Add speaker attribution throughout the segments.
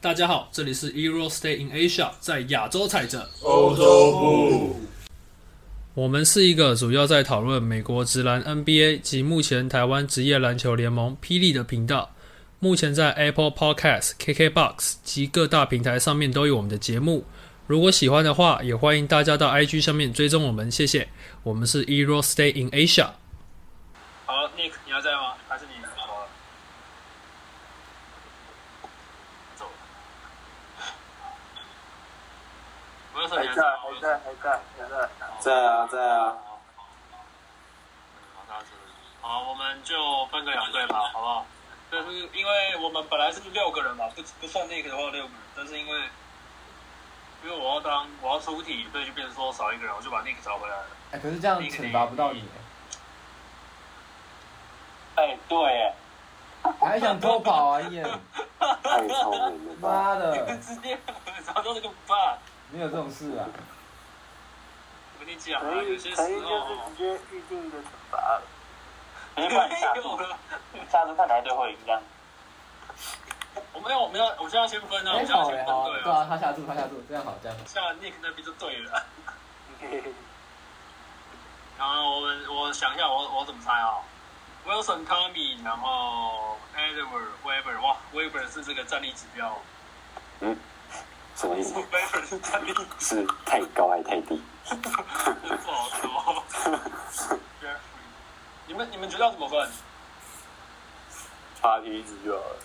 Speaker 1: 大家好，这里是 Euro Stay in Asia，在亚洲踩着。
Speaker 2: 欧洲部，
Speaker 1: 我们是一个主要在讨论美国职篮 NBA 及目前台湾职业篮球联盟霹雳的频道。目前在 Apple Podcast、KKBox 及各大平台上面都有我们的节目。如果喜欢的话，也欢迎大家到 IG 上面追踪我们，谢谢。我们是 Euro Stay in Asia。好，Nick，你要在吗？还是你？我要说
Speaker 2: 还在，还在，还在，还在。
Speaker 3: 在啊，在啊，
Speaker 1: 好，我们就分个两队吧，好不好？就是因为我们本来是六个人嘛，不不算那个的话六个人，但是因为因为我要当我要出题，所以就变成说少一个人，我就把那个找回来了。
Speaker 4: 哎，可是这样惩罚不到你，
Speaker 1: 哎，对，
Speaker 4: 还想偷跑啊？燕，
Speaker 3: 太聪明了吧！
Speaker 4: 妈的，
Speaker 1: 直接找到那个办，
Speaker 4: 没有这种事啊！
Speaker 1: 我跟你讲啊，
Speaker 2: 可以，
Speaker 1: 有些时
Speaker 2: 可以就是
Speaker 1: 候
Speaker 2: 直接预定的惩罚了。
Speaker 1: 没 有了。
Speaker 2: 下次看哪一队会赢这样。
Speaker 1: 我们要我们要我们现在要先分啊，
Speaker 4: 哎，
Speaker 1: 我们现在要
Speaker 4: 好
Speaker 1: 先
Speaker 4: 哎，
Speaker 1: 分
Speaker 4: 好，
Speaker 1: 队
Speaker 4: 对
Speaker 1: 啊。
Speaker 4: 啊，他下注，他下注，这样好，这样好。
Speaker 1: 像 Nick 那边就对了。然后我们我想一下我，我怎么猜啊？Wilson、Tommy，然后 Edward、Weber，哇，Weber 是这个战力指标
Speaker 3: 什么意思？
Speaker 1: ，Weber 是战力指
Speaker 3: 是太高还太低？
Speaker 1: 标，不好说。Jeffrey 你们你们觉得要怎么分？
Speaker 3: 差一子就好了，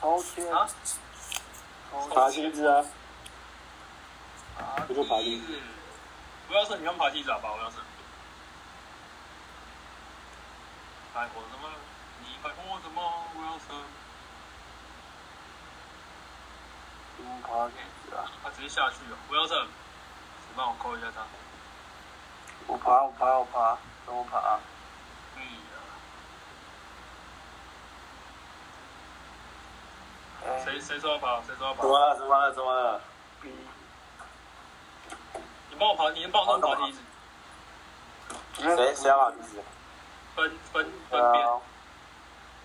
Speaker 2: 抽签
Speaker 1: 啊
Speaker 3: 爬梯子啊！不就爬梯
Speaker 1: 子？不要你用爬梯子好吧？我要是，哎，我怎么？你拜我怎么？我要是，
Speaker 2: 嗯，好，这样啊。
Speaker 1: 他直接下去了。我要是，你帮我扣一下他。
Speaker 2: 我爬，我爬，我爬，等我爬啊。
Speaker 1: 可以啊。
Speaker 2: 哎
Speaker 1: 谁谁说要跑？谁说要
Speaker 3: 怎
Speaker 1: 跑？
Speaker 3: 么了？怎么了？怎么了？
Speaker 2: 比
Speaker 1: 你帮我跑，你帮我弄跑梯子，
Speaker 3: 谁谁要爬梯子？
Speaker 1: 分分分辨。
Speaker 2: 啊，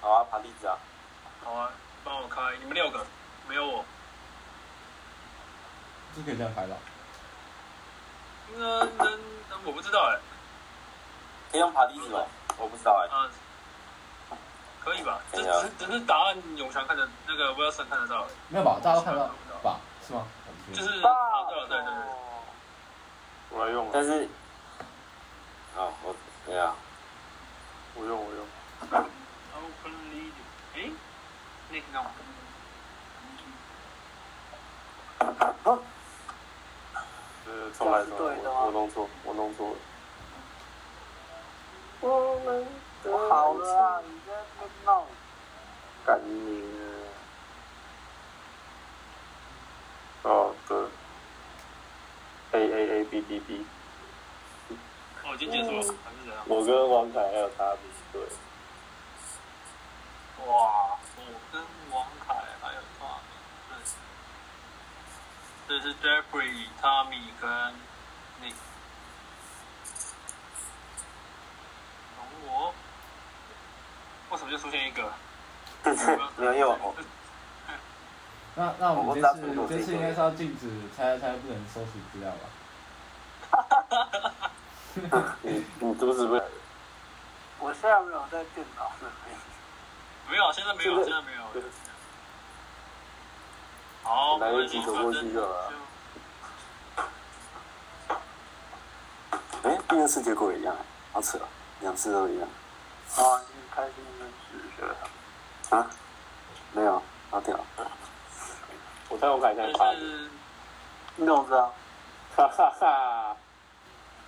Speaker 3: 好啊，爬梯子啊！
Speaker 1: 好啊，帮我开，你们六个，没有我。
Speaker 4: 是可以这样排吧？
Speaker 1: 那那那我不知道哎、
Speaker 3: 可以用爬梯子吗？我不知道哎、
Speaker 1: 啊，可以吧？只
Speaker 3: 可以啊
Speaker 1: 只只是答案，永强看得那个 Wilson 看得到、欸，
Speaker 4: 没有吧？大家都看得到吧？是吗？我不
Speaker 1: 就
Speaker 4: 确
Speaker 1: 是
Speaker 4: 定
Speaker 1: 啊，对对对对，
Speaker 2: 我来用了，
Speaker 3: 但是，啊，我对啊，
Speaker 2: 我用，我用。
Speaker 1: Open lead，哎，那个让我
Speaker 3: 呃，重来重
Speaker 2: 这样
Speaker 3: 来
Speaker 2: 是，对的吗
Speaker 3: 我我弄错，我弄错了。
Speaker 2: 我们我好了啊，你在那边闹。
Speaker 3: 干你！哦，对，A A A B B B，
Speaker 1: 哦，已经结束了，还是怎样？
Speaker 3: 我跟王凯还有他比对，
Speaker 1: 哇，我跟王凯还有他，这是 Jeffrey、Tommy 跟 Nick。等我，为什么就出现一个？
Speaker 3: 没有因为我
Speaker 4: 那那我们这次这次应该是要禁止猜猜不能搜取资料吧？
Speaker 3: 你你阻止不了。
Speaker 2: 我现在没有在电脑那边。
Speaker 1: 没有，现在没有，啊现在没有。好，
Speaker 3: 来
Speaker 1: 我
Speaker 3: 得
Speaker 1: 已
Speaker 3: 及
Speaker 1: 经
Speaker 3: 走过去就好了。啊
Speaker 1: 就
Speaker 3: 哎，第二次结果也一样，好扯哦，两次都一样
Speaker 2: 啊，你开心的事学了。
Speaker 3: 啊？没有，好屌！我在我凯在
Speaker 1: 但是
Speaker 2: 你怎么知道？
Speaker 3: 哈哈哈。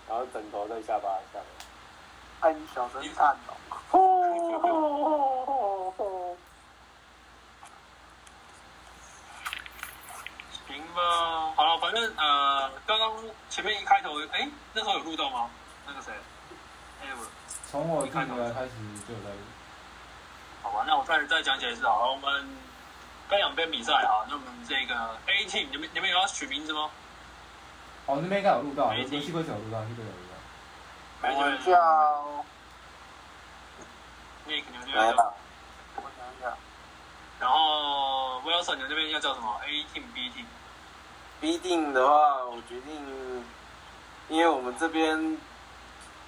Speaker 3: 然后枕头在下巴下面。
Speaker 2: 哎，你小声颤抖。
Speaker 1: 行吧，好了，反正呃，刚刚前面一开头，哎，那时候有录到吗？那个谁，哎我。
Speaker 4: 从我进来开始就有在录，
Speaker 1: 好吧，那我开始再讲解一次好了。我们分两边比赛啊，那我们这个 A team，你们你们有要取名字吗？
Speaker 4: 哦，那边应该有录到，游游戏规则有录到，游戏规则有录到。
Speaker 2: 我叫，
Speaker 1: Nick，你们这边
Speaker 3: 来
Speaker 1: 有。
Speaker 3: 吧，
Speaker 2: 我想一下，
Speaker 1: 然后手你们那边要叫什么？A team、B team？
Speaker 5: B 定的话，我决定，因为我们这边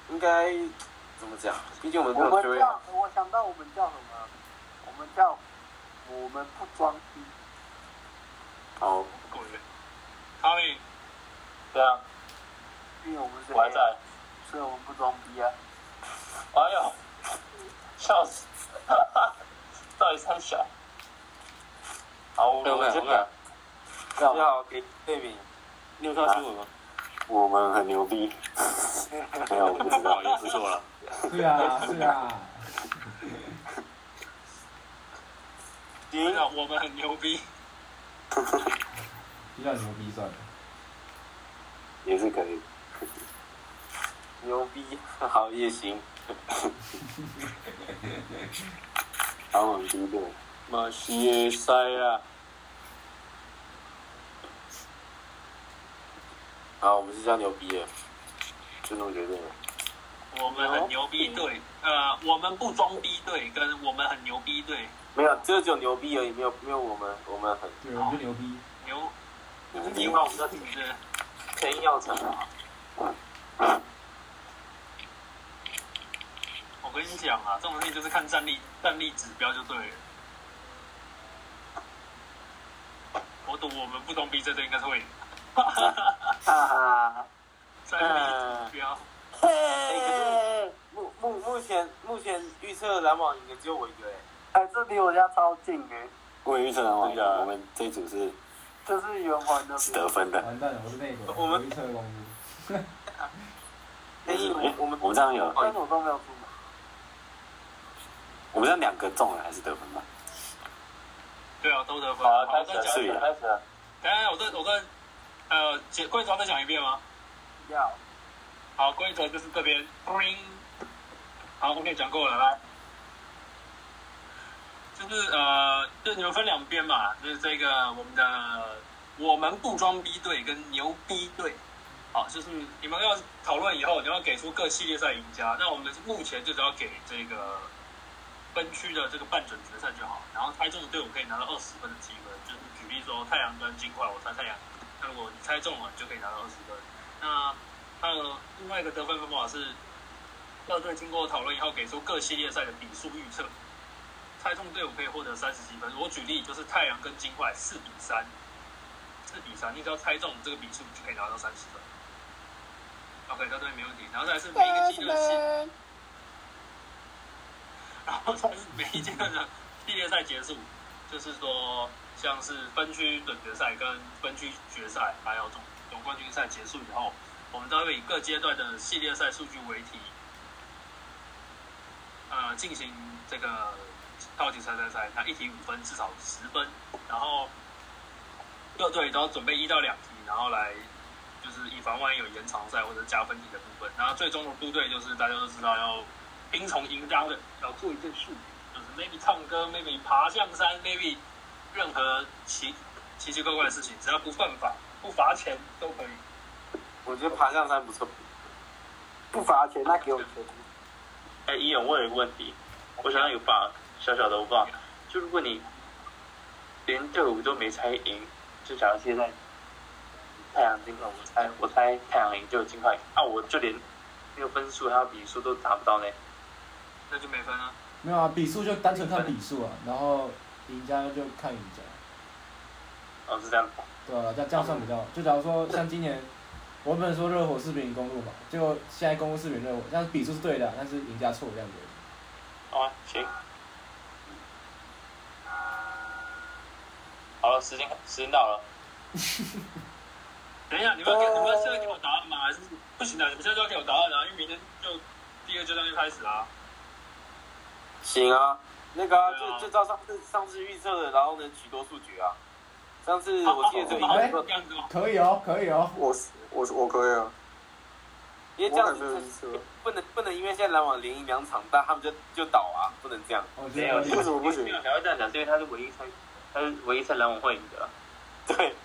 Speaker 5: 应该怎么讲？毕竟我们
Speaker 2: 我
Speaker 5: 没有球
Speaker 2: 们
Speaker 5: 员，
Speaker 2: 叫，我想到我们叫什么？我们叫我们不装逼，
Speaker 5: 好，
Speaker 1: 鬼，汤米，
Speaker 6: 这样
Speaker 2: 因为我们是
Speaker 6: 啊我还
Speaker 2: A，
Speaker 6: 在，
Speaker 2: 所以我们不装逼啊。
Speaker 6: 哎呦，笑死， 到底三小？好，我
Speaker 3: 我
Speaker 6: 们
Speaker 3: 看
Speaker 6: 先
Speaker 3: 我看
Speaker 6: 把
Speaker 5: 大家好，给对比，
Speaker 3: 你有看到新闻吗？
Speaker 6: 我们很牛逼，没有，我不知道
Speaker 3: 哇，也不错了。
Speaker 4: 是啊是啊，
Speaker 1: 你讲啊我们很牛逼，
Speaker 4: 比较牛逼算了。
Speaker 6: 也是可以。
Speaker 5: 牛逼，好也行。好，我们第一队，
Speaker 3: 马西耶塞啊，
Speaker 5: 好，我们是叫牛逼的，就这么决定了。
Speaker 1: 我们很牛
Speaker 6: 哦
Speaker 1: 逼队，呃，我们不装逼队，跟我们很牛逼队，
Speaker 5: 没有，这只有牛逼而已，没有没有我们我们很
Speaker 4: 对，我们就牛逼。
Speaker 1: 牛，
Speaker 5: 牛
Speaker 1: 你
Speaker 5: 逼
Speaker 1: 以为我们叫什么？
Speaker 5: 前要成啊，
Speaker 1: 我跟你讲啊，这种事情就是看战力战力指标就对了。我赌我们不装逼这队应该是会赢
Speaker 5: 哈哈。
Speaker 1: 战力指标。
Speaker 2: 呃
Speaker 5: 欸可是目目目前目前预测篮网赢的只有我一个哎、
Speaker 2: 哎，这离我家超近哎、
Speaker 3: 我也预测篮网赢
Speaker 6: 真的啊
Speaker 3: 我们这一组是
Speaker 2: 这是圆环那
Speaker 3: 是
Speaker 2: 边。
Speaker 3: 得分的。
Speaker 4: 完蛋了，我是内鬼，
Speaker 5: 我们
Speaker 4: 预测公司。
Speaker 5: 但是哎我我们
Speaker 3: 我们这样有，
Speaker 2: 但是我都没有出门。
Speaker 3: 我们这样两个中了还是得分吧？
Speaker 1: 对啊，都得分。
Speaker 6: 好啊，
Speaker 1: 我
Speaker 6: 开
Speaker 1: 再
Speaker 6: 始了，
Speaker 1: 讲一
Speaker 3: 是
Speaker 1: 遍，
Speaker 6: 开始了，开始了。
Speaker 1: 等一下我再我再呃，解规则再讲一遍吗？
Speaker 2: 要
Speaker 1: 好，规则就是这边 green。好，我跟你讲过了，来，就是呃，就你们分两边嘛，就是这个我们的我们不装逼队跟牛逼队。好，就是你们要讨论以后，你们要给出各系列赛赢家。那我们目前就只要给这个分区的这个半准决赛就好，然后猜中的队伍可以拿到二十分的积分。就是举例说，太阳跟金块，我猜太阳，那如果你猜中了，你就可以拿到二十分。那还有另外一个得分方法是，各队经过讨论以后给出各系列赛的比数预测，猜中队伍可以获得三十积分。我举例就是太阳跟金块四比三，四比三，你只要猜中这个比数，你就可以拿到三十分。OK，到这边没问题。然后再来是每一个
Speaker 2: 啊
Speaker 1: 季的系，然后再是每一届的系列赛结束， 就是说像是分区准决赛跟分区决赛，还有总总冠军赛结束以后，我们都会以各阶段的系列赛数据为题，呃，进行这个超级猜猜猜，那一题五分，至少十分，然后各队都要准备一到两题，然后来就是以防万一有延长赛或者加分题的部分，然后最终的部队就是大家都知道要兵从营当的，要做一件事，就是 maybe 唱歌，maybe 爬象山，maybe 任何奇奇奇怪怪的事情，只要不犯法、不罚钱都可以。
Speaker 5: 我觉得爬象山不错，
Speaker 2: 不罚钱，那给我钱。
Speaker 3: 哎，伊勇，我有一个问题，我想到有 bug，小小的 bug，就如果你连队伍都没猜赢，就假如现在太阳金块，我猜我猜太阳赢就有金块赢，啊，我就连那个分数还有比数都达不到呢。
Speaker 1: 那就没分了。
Speaker 4: 没有啊，比数就单纯看比数啊，然后赢家就看赢家。
Speaker 3: 哦，是这样，
Speaker 4: 对啊，这样这样算比较好。就假如说像今年，我本来说热火四比零公路嘛，结果现在公路四比零热火，但是比数是对的啊，但是赢家错这样子而已。
Speaker 3: 好啊，行。好了，时间时间到了，
Speaker 1: 等一下，你们要给你们要现在给我答案吗？还是不行的？你们现在就要给我答案啊，因为明天就第二阶段就开始啦、
Speaker 5: 行啊，那个、啊、
Speaker 1: 对啊
Speaker 5: 就就照上次上次预测的，然后能取多数决啊。上次
Speaker 3: 哦
Speaker 1: 好
Speaker 5: 我
Speaker 1: 好
Speaker 5: 记得只有一
Speaker 1: 好
Speaker 5: 个
Speaker 4: 哎，
Speaker 1: 这样子吗？
Speaker 4: 可以哦，可以哦。
Speaker 7: 我是我是我可 以啊，
Speaker 5: 因为这样
Speaker 7: 我很没有
Speaker 5: 子
Speaker 7: 预测，
Speaker 5: 不能不能因为现在篮网连赢两场，但他们就就倒啊，不能这样。
Speaker 4: 我觉
Speaker 3: 没
Speaker 4: 得
Speaker 3: 有，
Speaker 4: 可以
Speaker 3: 为
Speaker 7: 为什么不行
Speaker 3: 没有，才会这样讲，是因为他是唯一猜，他是唯一猜篮网会赢的啊。
Speaker 5: 对，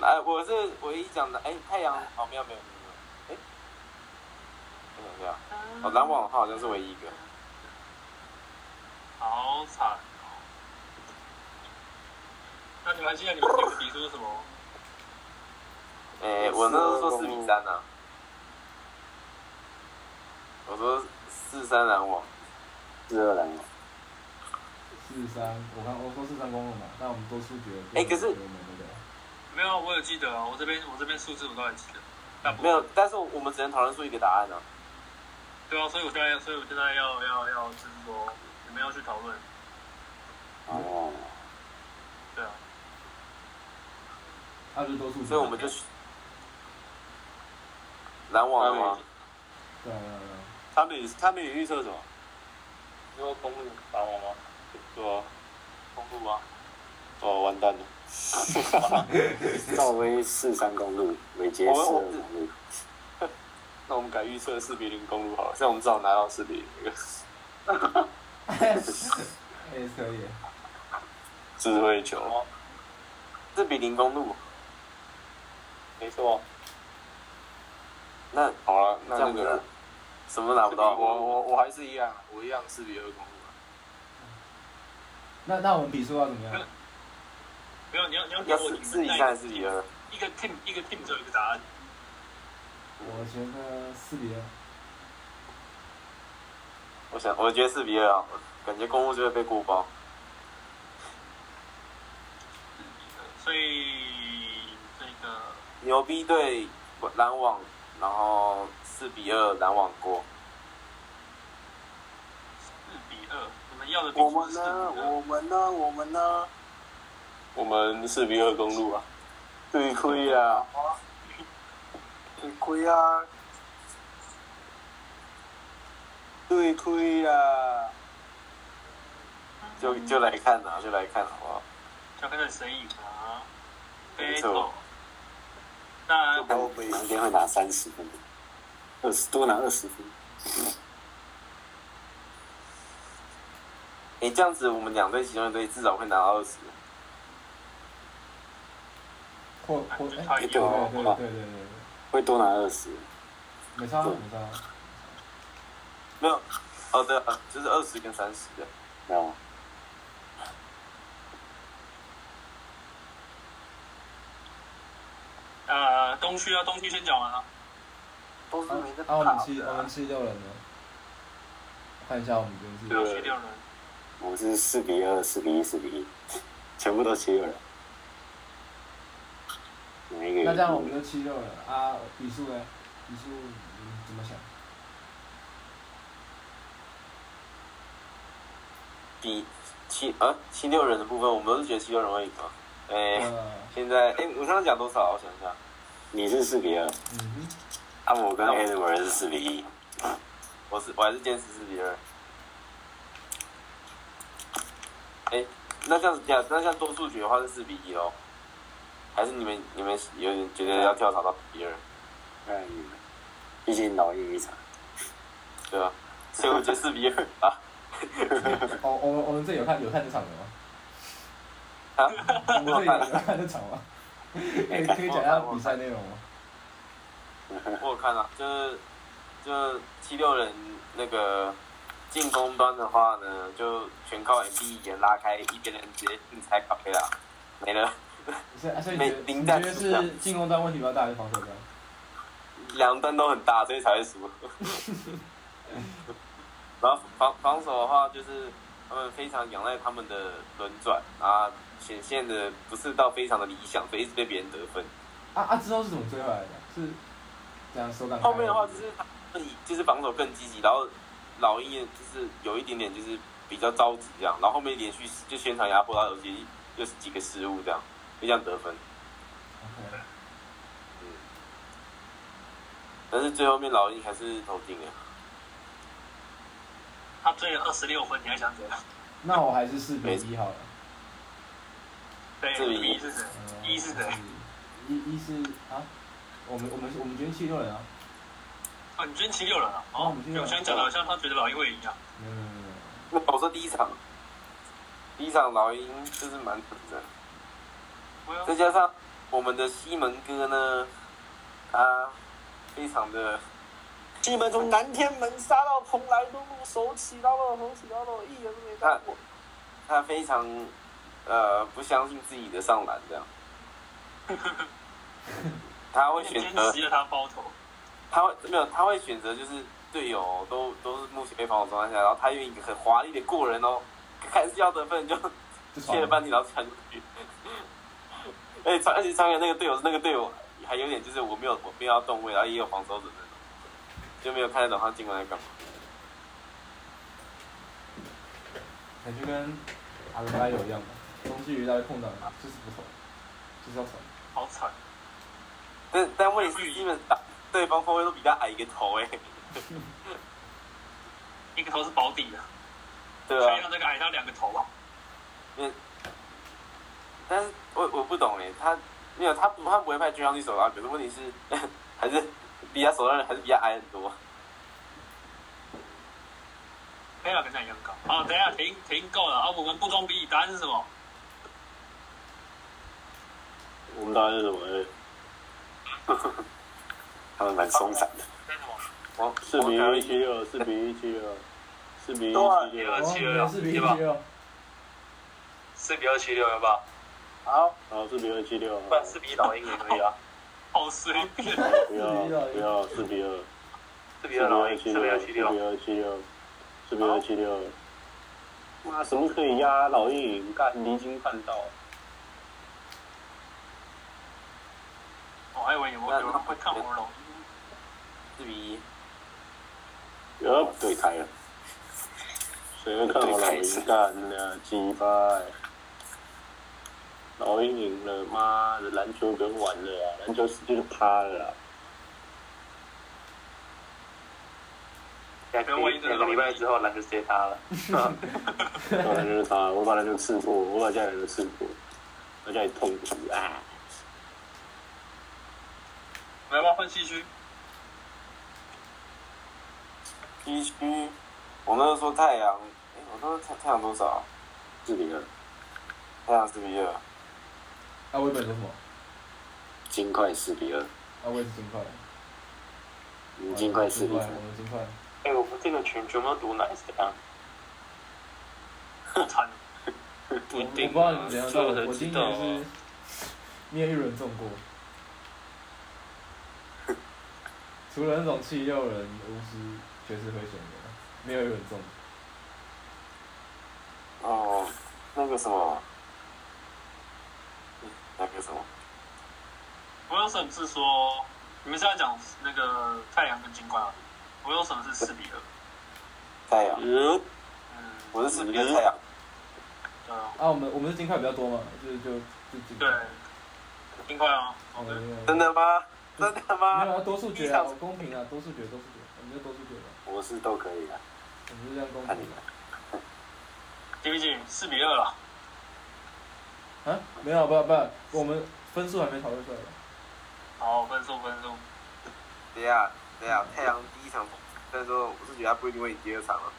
Speaker 5: 哎，我是唯一讲的，哎，太阳哦，没有没有没有，哎，没有没有，哦，篮网的话好像是唯一一个。
Speaker 1: 好惨哦！那你们还记得你们第五题说什么吗？
Speaker 3: 哎、我那时候说四比三呐、啊，我说四三篮网，
Speaker 5: 四二篮网，
Speaker 4: 四三，我刚我说四三公路嘛，那我们多数决。
Speaker 3: 哎可是
Speaker 4: 我们那个啊
Speaker 1: 没有，我有记得啊，我这边我这边数字我都还记得，大部
Speaker 3: 没
Speaker 1: 分
Speaker 3: 有，但是我们只能讨论出一个答案啊。
Speaker 1: 对啊，所以我现在所以我现在要要要就是说你们要去讨论，
Speaker 5: 哦，
Speaker 1: 对啊，
Speaker 4: 那就多数决。
Speaker 3: 所以我们就篮网吗？
Speaker 4: 对啊对啊对啊
Speaker 5: 他们他们也预测什么？
Speaker 8: 你说公路打我吗？
Speaker 5: 对啊，
Speaker 8: 公路啊，
Speaker 5: 哦，完蛋了。
Speaker 9: 赵薇四三公路，伟杰四
Speaker 5: 我
Speaker 9: 二
Speaker 5: 我
Speaker 9: 公路，
Speaker 5: 那我们改预测四比零公路好了，这样我们至少拿到四比零那个
Speaker 4: 啊 哎也是可以。
Speaker 5: 智慧球。
Speaker 3: 四比零公路，
Speaker 5: 没错，
Speaker 3: 啊那
Speaker 5: 好了，
Speaker 3: 这
Speaker 5: 那
Speaker 3: 样
Speaker 5: 那
Speaker 3: 子
Speaker 5: 个
Speaker 3: 什么都拿不到。
Speaker 5: 我我我还是一样，啊我一样四比二公路啊。
Speaker 4: 那那我们比数要怎么样？
Speaker 1: 没有，你要你要给
Speaker 3: 要
Speaker 1: 我
Speaker 3: 四
Speaker 1: 你
Speaker 3: 四
Speaker 1: 们
Speaker 3: 比三
Speaker 1: 那
Speaker 3: 还是四比二？
Speaker 1: 一个 team 一个 team 只有一个答案，
Speaker 4: 我觉得四比二。
Speaker 3: 我想，我觉得四比二啊，感觉公路就会被过包。
Speaker 1: 所以这个
Speaker 3: 牛逼对篮网，然后四比二篮网过。
Speaker 1: 四比二，你们要的比
Speaker 2: 我
Speaker 1: 数
Speaker 2: 们
Speaker 1: 是四
Speaker 2: 呢？
Speaker 1: 比二，
Speaker 2: 我们呢？我们呢？
Speaker 5: 我们四比二公路啊，对亏啊，
Speaker 2: 很亏啊！
Speaker 5: 对亏啊。
Speaker 3: 就就来看呐、就来看好不好？
Speaker 1: 就要看看谁赢啊。
Speaker 3: 没错
Speaker 1: battle 那
Speaker 5: 高飞
Speaker 9: 南边会拿三十分，二十多拿二十分，
Speaker 3: 诶，这样子我们两队其中一队至少会拿到二十。
Speaker 4: 或或哎，
Speaker 1: 差一
Speaker 4: 对
Speaker 1: 点
Speaker 4: 对对对对对，
Speaker 9: 会多拿二十。
Speaker 4: 没差啊没差。
Speaker 3: 没有，哦对，呃就是二十跟三十的。
Speaker 9: 没有，
Speaker 1: 呃东区啊，东区先讲完了，
Speaker 2: 都是哦没在
Speaker 4: 啊，我们
Speaker 2: 怕
Speaker 4: 七我们七六人呢？看一下我们这边
Speaker 1: 东
Speaker 4: 是。
Speaker 1: 区六人，
Speaker 9: 我是四比二、四比一、四比一，全部都七六人。哪一个有？
Speaker 4: 那这样我们就七六人啊，比数呢？比数嗯怎么想？
Speaker 3: 比七啊七六人的部分，我们都是觉得七六人会赢嘛。诶，
Speaker 4: 呃，
Speaker 3: 现在诶，我刚刚讲多少？我想一下，
Speaker 9: 你是四比二，
Speaker 4: 嗯哼，
Speaker 9: 啊，我跟 Edward 是四比一。
Speaker 3: 我是我还是坚持四比二。诶，那这样子假，那这样多数决的话是四比一喽？还是你们你们有点觉得要跳槽到比二？
Speaker 9: 嗯，毕竟老鹰一场。
Speaker 3: 对吧？所以我觉得四比二 啊。
Speaker 4: 哦，我们我们这有看有看这场的吗？
Speaker 3: 啊
Speaker 4: 我们这有看这场 吗？可以可以讲一下比赛内容吗？
Speaker 3: 我有看了、啊就是就是七六人那个进攻端的话呢，就全靠 M B 也拉开，一边人直接硬塞卡佩拉，没了，
Speaker 4: 所以啊所以你觉得
Speaker 3: 零
Speaker 4: 你
Speaker 3: 战
Speaker 4: 觉得
Speaker 3: 四这样
Speaker 4: 是进攻端问题比较大，还是防守端？
Speaker 3: 两端都很大，所以才会输。然后防防守的话，就是他们非常仰赖他们的轮转啊，显现的不是到非常的理想，所以一直被别人得分。
Speaker 4: 啊啊，之后是怎么追回来的？是这样手感开？
Speaker 3: 后面的话就是他们就是防守更积极，然后老鹰也就是有一点点就是比较着急这样，然后后面连续就全场压迫他，有些又是几个失误这样，就这样得分。
Speaker 4: OK，
Speaker 3: 但是最后面老鹰还是投进了，
Speaker 1: 他追了二十六分，你还想怎样？
Speaker 4: 那我还是四比一好了。
Speaker 1: 对，
Speaker 3: 这里
Speaker 1: 一是谁？
Speaker 4: 嗯
Speaker 1: 一是谁？
Speaker 4: 一一是啊，我们我们我们决定七六人啊，
Speaker 1: 哦，你觉得七六人啊？
Speaker 4: 那
Speaker 1: 哦
Speaker 4: 我们，先
Speaker 1: 对我想讲的好像他觉得老鹰会赢啊。
Speaker 4: 没有没有没有没有。
Speaker 3: 我说第一场，第一场老鹰就是蛮惨的，
Speaker 1: 我要
Speaker 3: 再加上我们的西门哥呢，啊，非常的
Speaker 2: 西门从南天门杀到蓬莱东路，手起刀落，手起刀落，一人都没干过。
Speaker 3: 他非常
Speaker 5: 呃不相信自己的上篮这样，他会
Speaker 1: 坚
Speaker 5: 选择
Speaker 1: 持着他包头，
Speaker 5: 他会没有他会选择就是队友都都是目前被防守状态下，然后他用一个很华丽的过人哦，还是要得分就
Speaker 4: 就
Speaker 5: 切
Speaker 4: 传
Speaker 5: 了半天，然后传出去。 而且传，而且传给那个队友，那个队友还有点就是我没有我没有要动位，然后啊也有防守者那种，就没有看得懂他进攻在干嘛。
Speaker 4: 感觉跟阿伦巴有一样吧，中距离大概空档就是不投，就是要传。
Speaker 1: 好惨。
Speaker 5: 但但问题是，基本打对方后卫都比他矮一个头 哎、欸，
Speaker 1: 一个头是保底的，
Speaker 5: 对
Speaker 1: 所以
Speaker 5: 啊
Speaker 1: 让。那个矮到两个头吧。啊
Speaker 5: 但是我我不懂哎、他没有他不他不会派军上去手拉，可是问题是 还是比他手上人还是比他矮很多。
Speaker 1: 飞了跟他一样高。好，等一下停停够了啊！我们不装逼，答案是什么？
Speaker 3: 我们答案是什么？
Speaker 7: 他们蛮松散的。
Speaker 5: 我
Speaker 3: 四比一七六，四比一七六，四比一七
Speaker 1: 对
Speaker 3: 六
Speaker 1: 啊。
Speaker 4: 哦，你们是比一比六，
Speaker 10: 四比二七六，要不要？
Speaker 2: 好，
Speaker 3: 好，四比二七六，
Speaker 10: 不然四比一老鹰也可以啊。
Speaker 1: 好随便，
Speaker 3: 不要不要四比二，
Speaker 10: 四比二
Speaker 3: 四比
Speaker 10: 老
Speaker 3: 二
Speaker 10: 鹰，
Speaker 3: 七
Speaker 10: 四比
Speaker 3: 六，
Speaker 10: 二
Speaker 3: 四
Speaker 10: 七
Speaker 3: 比
Speaker 10: 六。
Speaker 3: 二七六，四比二七六。妈，什么可以压老鹰？干，离经叛道。
Speaker 1: 我还以为有没有人会看我龙。
Speaker 5: 四比一，
Speaker 3: 呃，对台了。谁会看好老鹰干呢？鸡巴、老鹰赢了，妈的，篮球跟玩了啊！篮球世界就趴了啊！
Speaker 10: 两个两个礼拜之后，篮就直接塌了。
Speaker 3: 当然就是他，我把篮球刺破，我把家里人刺破，我家里痛苦啊！
Speaker 1: 我们要不要换西区？
Speaker 5: 西区，我那时候说太阳，哎、我那时候太太阳多少、啊？
Speaker 3: 四比二，
Speaker 5: 太阳四比二，
Speaker 4: 阿威本说什么？
Speaker 7: 金块四比二，
Speaker 4: 阿威是金块，
Speaker 7: 嗯金块四比
Speaker 4: 我
Speaker 7: 三。
Speaker 4: 们金块，
Speaker 3: 哎、我们这个群全部都读哪一啊家？
Speaker 1: 好惨，
Speaker 10: 不
Speaker 4: 我
Speaker 10: 一
Speaker 4: 不
Speaker 10: 定
Speaker 4: 知道你
Speaker 10: 啊
Speaker 4: 们怎样，，但
Speaker 10: 做
Speaker 4: 我
Speaker 10: 的
Speaker 4: 我今
Speaker 10: 知道
Speaker 4: 年
Speaker 10: 啊
Speaker 4: 是。灭一轮中过，除了那种七六人、巫师、爵士会选的，没有一轮中。
Speaker 5: 哦，那个什么，那个什么，
Speaker 1: Wilson 是说，你们是要讲那个太阳跟金块吗？Wilson 是四比二。
Speaker 5: 太阳，
Speaker 3: 嗯，
Speaker 1: 嗯，
Speaker 5: 我是四比二太阳，
Speaker 1: 对啊
Speaker 4: 啊，我们我们是金块比较多嘛，就是就就金块
Speaker 1: 对。，金块啊，
Speaker 4: 我们没有
Speaker 5: 真的吗？真的
Speaker 4: 没有
Speaker 5: 吗？
Speaker 4: 啊，多数决啊，我公平啊，多数决，多数决，我们就多数决吧，
Speaker 7: 我是都可以啊，
Speaker 4: 我们就这样公
Speaker 7: 看
Speaker 4: 平
Speaker 7: 你
Speaker 4: 的
Speaker 7: 们。。
Speaker 1: 进不进？四比二了。
Speaker 4: 啊，没有，不不，我们分数还没讨论出来吧？
Speaker 1: 好，分数分数。
Speaker 5: 对呀，对呀，太阳第一场，但是说我是觉得他不一定会赢第二场了。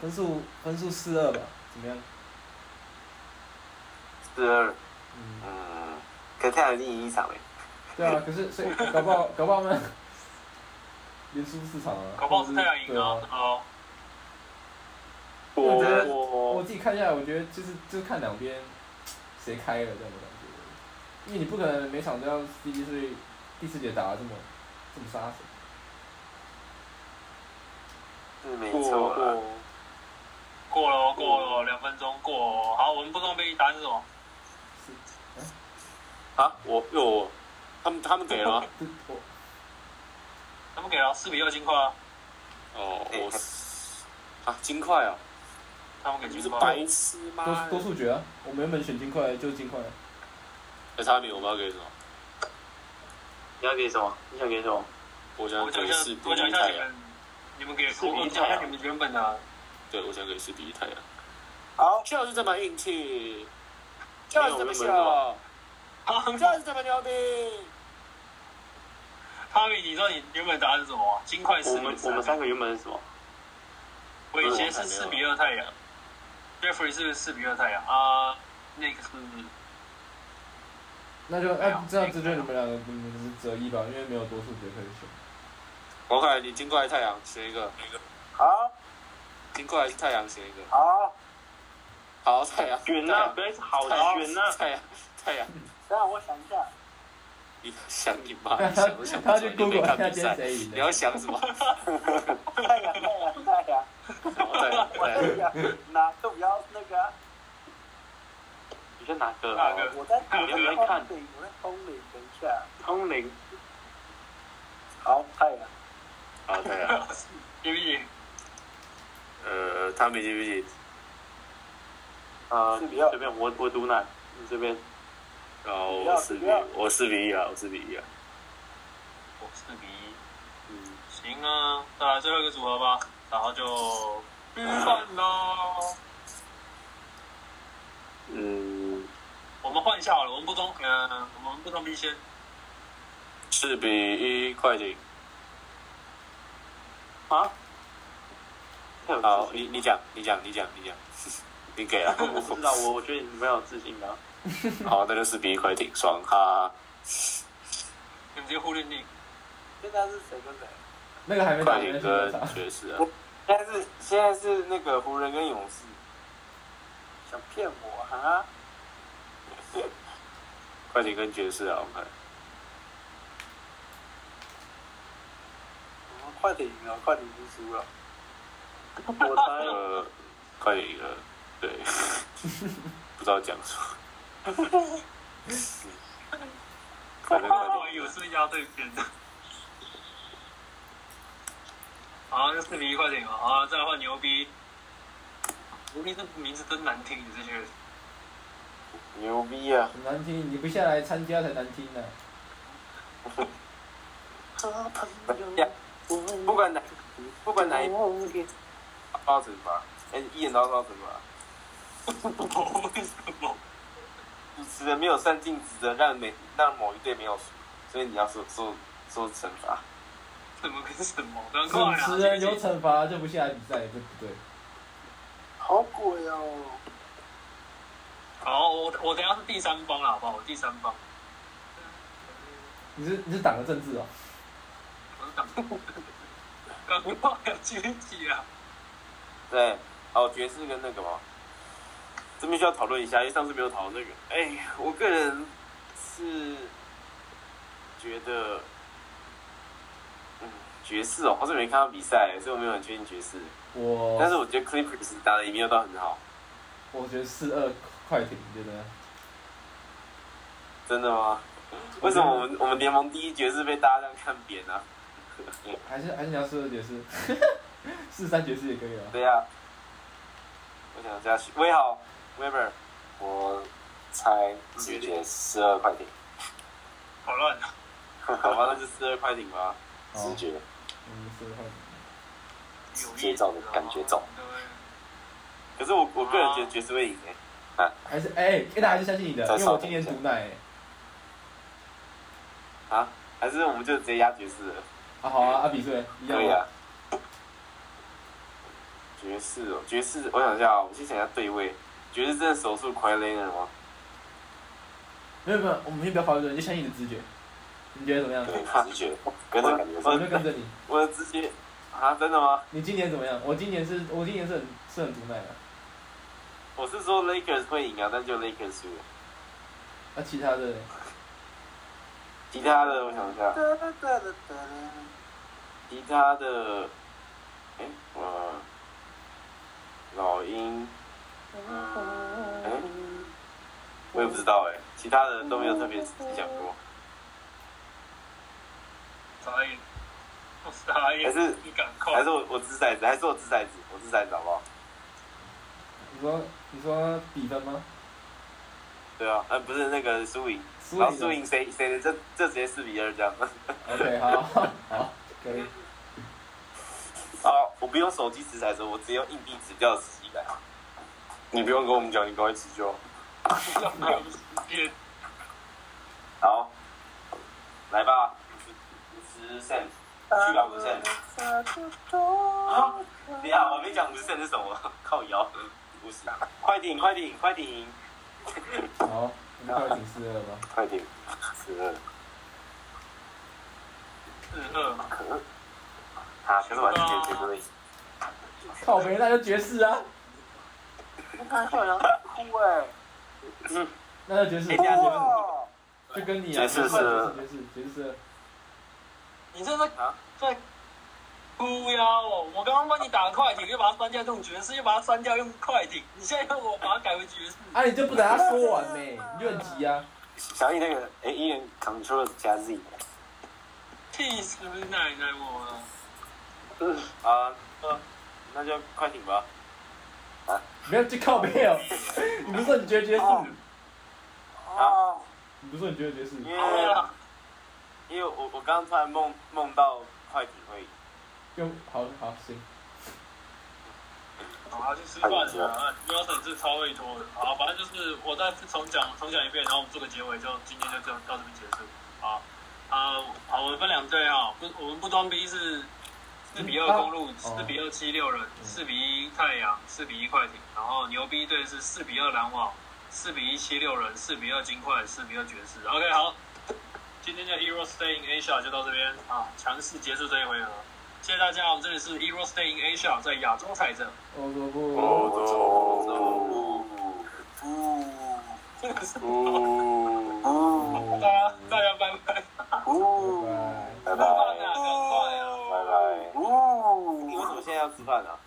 Speaker 4: 分数分数四二吧，怎么样？
Speaker 5: 四二，
Speaker 4: 嗯，
Speaker 5: 嗯，可太阳已经赢一场了。
Speaker 4: 对啊，可是所以搞不好搞不好我们 连输四场啊，
Speaker 1: 搞不好是太阳赢
Speaker 4: 对
Speaker 1: 啊。哦，
Speaker 4: 我
Speaker 3: 我
Speaker 4: 觉得我
Speaker 3: 我
Speaker 4: 自己看下来，我觉得就是就是看两边谁开了这样的感觉，因为你不可能每场都要第一次第四节打的这么这么杀死。
Speaker 5: 是没错啦，
Speaker 3: 我
Speaker 1: 过了哦过了哦，两分钟过哦。好，我们不装逼，答案是什么？
Speaker 7: 啊，我有我，他们他们给了吗？
Speaker 4: 这我
Speaker 1: 他们给了四比二金块啊，
Speaker 7: 哦，我是啊，金块啊，
Speaker 1: 他们给
Speaker 7: 你
Speaker 1: 金
Speaker 7: 们是
Speaker 1: 块。
Speaker 7: 白痴吗？
Speaker 4: 多多数决啊，我们原本选金块就金块，
Speaker 7: 哎，差点我们要给什么？
Speaker 10: 你要给什么？你想给什么？
Speaker 7: 我想
Speaker 1: 我讲
Speaker 7: 给
Speaker 1: 一下
Speaker 7: 四，比
Speaker 1: 我讲
Speaker 7: 一
Speaker 1: 一下
Speaker 7: 太
Speaker 1: 你
Speaker 7: 阳，
Speaker 1: 们，你们给我我讲一下你们原本的，
Speaker 7: 对我想给四比一太阳。
Speaker 2: 好，
Speaker 7: 哦就是这么硬气，
Speaker 2: 就
Speaker 7: 就是
Speaker 2: 这
Speaker 7: 是
Speaker 2: 么
Speaker 7: 这么
Speaker 2: 笑
Speaker 7: 笑，
Speaker 2: 就是这么牛逼。
Speaker 1: 哈米，你知道你原本答案是什么吗？金块四
Speaker 3: 我
Speaker 1: 比
Speaker 3: 们我
Speaker 1: 三，
Speaker 3: 们三个原本是什么？
Speaker 1: 我以前是四比二太阳，Jeffrey 是四比二太阳啊，那个是
Speaker 4: 那就哎、这样子就你们两个你们是择一吧，因为没有多数决可以选。
Speaker 7: 我看你金块太阳选一个，
Speaker 2: 好，
Speaker 7: 经过还是太阳先一个。
Speaker 2: 好，
Speaker 7: 好，太阳。
Speaker 3: 选呐、啊，不要好的选呐、啊。
Speaker 7: 太阳，太阳。
Speaker 2: 等下我想一 下。
Speaker 7: 你 想你妈！你想我想不出来，你没看比赛，你要想什么？
Speaker 2: 太阳，太阳，太阳。
Speaker 7: 对
Speaker 2: 对。哪个比较那个、啊？
Speaker 3: 你是哪个？
Speaker 1: 哪个？
Speaker 2: 我在
Speaker 3: 哪个？没看。
Speaker 2: 我在通灵，等一下。
Speaker 3: 通灵。
Speaker 2: 好，太阳。
Speaker 7: 好，
Speaker 3: 啊
Speaker 7: 太阳。
Speaker 1: 赢不赢？
Speaker 7: 呃，他们赢不赢？
Speaker 3: 呃，这边我我读哪？你这边。
Speaker 7: 哦，我四比，我四比一啊，我四比一啊，
Speaker 1: 我四比一，嗯，行啊，再来最后一个组合吧，然后就吃饭喽。
Speaker 7: 嗯，
Speaker 1: 我们换一下好了，我们不中，呃，我们不中 B 先。
Speaker 7: 四比一，快艇。
Speaker 3: 啊？
Speaker 7: 好，你你讲，你讲，你讲，你讲， 你给啊！
Speaker 3: 我不知道，我我觉得你没有自信啊。
Speaker 7: 好，那就四比一快艇，爽哈！
Speaker 1: 你们直接忽略你。
Speaker 2: 现在是谁跟谁？
Speaker 4: 那个还没
Speaker 7: 快艇跟爵士啊。
Speaker 5: 现在是现在是那个湖人跟勇士。
Speaker 2: 想骗我哈？
Speaker 7: 快艇跟爵士啊，我看。
Speaker 2: 我们快艇赢了，快艇赢输了。
Speaker 3: 我猜
Speaker 7: 呃，快 艇赢了，对，不知道讲什么。哈
Speaker 1: 哈
Speaker 7: 哈
Speaker 1: 哈有是压对边的。好，那四比一快点啊！好，再来换牛逼。牛逼这名字真难听，你这些人。
Speaker 5: 牛逼啊！
Speaker 4: 很难听，你不下来参加才难听呢、
Speaker 5: 啊。不管哪，不管哪一，包嘴巴，哎，一人刀包嘴
Speaker 1: 巴。为什么？
Speaker 5: 主持人没有善尽职责，让每让某一队没有输，所以你要受受受惩罚。
Speaker 1: 怎么跟什么？难怪啊
Speaker 4: 主持人有惩罚就不下来比赛，对不对？
Speaker 2: 好鬼哦！
Speaker 1: 好，我我等下是第三方了，好不好？我第三方。
Speaker 4: 你是你是党的政治啊、哦？
Speaker 1: 我是党 的。赶快要崛起啊！
Speaker 5: 对，哦，爵士跟那个嘛。这边需要讨论一下，因为上次没有讨论那个。哎、欸，我个人是觉得，嗯，爵士哦，好久没看到比赛，所以我没有很确定爵士。
Speaker 6: 哦
Speaker 4: 我，
Speaker 5: 但是我觉得 Clippers 打的也没有到很好。
Speaker 4: 我觉得四二快艇，你觉得？
Speaker 5: 真的吗？ 为什么我们我们联盟第一爵士被大家这样看扁呢、啊？
Speaker 4: 还是还是你要四二爵士， 四三爵士也可以啊。
Speaker 5: 对呀、啊，我想加许威好。Weber，
Speaker 6: 我猜直接四二快艇。
Speaker 1: 好乱啊！
Speaker 5: 好吧，那就四二快艇吧。
Speaker 6: 直觉。
Speaker 4: 哦嗯，四二快艇。
Speaker 6: 直接
Speaker 1: 啊
Speaker 6: 照的感觉走。
Speaker 5: 可是我我个人觉得爵士会赢欸
Speaker 4: 诶。啊。还是哎，大家还是相信你的，因为我今年毒奶。
Speaker 5: 啊？还是我们就直接压爵士了？
Speaker 4: 啊好啊，阿比对，一样。
Speaker 5: 对呀。爵士哦，爵士，我想一下，我先想一下对位。觉得这手术快累了吗？
Speaker 4: 没有没有，我们先不要考虑，你就相信你的直觉。你觉得怎么样？
Speaker 6: 直觉，跟着感觉。
Speaker 4: 我就跟着你。
Speaker 5: 我的直觉啊，真的吗？
Speaker 4: 你今年怎么样？我今年是，我今年是很是很无奈的。
Speaker 5: 我是说 Lakers 会赢啊，但就 Lakers 输。
Speaker 4: 那其他的？
Speaker 5: 其他的我想一下。其他的，哎，我老鹰。哎、欸，我也不知道哎、欸，其他的都没有特别想过。
Speaker 1: 答应，我答应。
Speaker 5: 还是
Speaker 1: 你赶快，
Speaker 5: 还是我我掷骰子，还是我掷骰子，我掷骰子好不好？
Speaker 4: 你说你说比分吗？
Speaker 5: 对啊，呃不是那个输赢，啊然后输赢谁谁的这这直接四比二这样。
Speaker 4: OK 好， 好可以。
Speaker 5: 啊，我不用手机掷骰子，我直接用硬币掷掉十几来。
Speaker 7: 你不用跟我们讲，你赶快急救。
Speaker 5: 好，来吧，五十 cent，去吧五十 cent。啊，你好，我没讲五十 cent 是什么，靠摇，五十，快点，快点，快点。
Speaker 4: 好，那快点四二吧。
Speaker 6: 快点，四二。
Speaker 1: 四二。
Speaker 6: 啊，可是我还是觉得这个。
Speaker 4: 靠北那就爵士啊，
Speaker 2: 看秀阳哭哎，
Speaker 4: 那就爵士，
Speaker 2: 哇，
Speaker 4: 就跟你啊，
Speaker 7: 爵
Speaker 4: 爵士
Speaker 7: 士是
Speaker 4: 爵士爵士，
Speaker 1: 你这是
Speaker 6: 啊
Speaker 1: 在哭腰哦！我刚刚帮你打快艇，又把它删掉，用爵士又把它删掉，用快艇。你现在要我把它改为爵士，
Speaker 4: 啊你就不等他说完呗，你就很急啊，
Speaker 10: 小易那个，哎，一人 Control 加 Z，
Speaker 1: 气死奶奶我了！
Speaker 5: 啊，那那就快艇吧。
Speaker 4: 没有就 靠北哦，你不是说你觉得爵士，
Speaker 2: 哦，
Speaker 4: 你不是说你觉得爵士，
Speaker 5: 因
Speaker 6: 哎
Speaker 1: 对
Speaker 5: 为
Speaker 1: 了，
Speaker 5: 因为我我刚刚突然梦梦到快艇会赢，
Speaker 4: 用好好行，
Speaker 1: 好，去吃饭了。没有省事超会多的。好，反正就是我再重讲重讲一遍，然后我们做个结尾，就今天就这到这边结束。好，啊、好，我们分两队啊，不，我们不装逼是四比二公路，四比二七六人，四比一太阳，四比一快艇，然后牛逼队是四比二篮网，四比一七六人，四比二金块，四比二爵士。OK，好，今天的 Hero Stay in Asia 就到这边啊，强势结束这一回合。谢谢大家，我们这里是 Hero Stay in Asia，在亚洲踩着。
Speaker 4: 欧洲不，
Speaker 5: 哦
Speaker 7: 欧洲，
Speaker 1: 这个是
Speaker 7: 呜，
Speaker 1: 大家大家拜拜，
Speaker 10: 拜
Speaker 4: 拜拜。
Speaker 10: 拜，
Speaker 1: 吃饭啊，赶快啊！
Speaker 7: 拜拜。
Speaker 5: 你为什么现在要吃饭啊？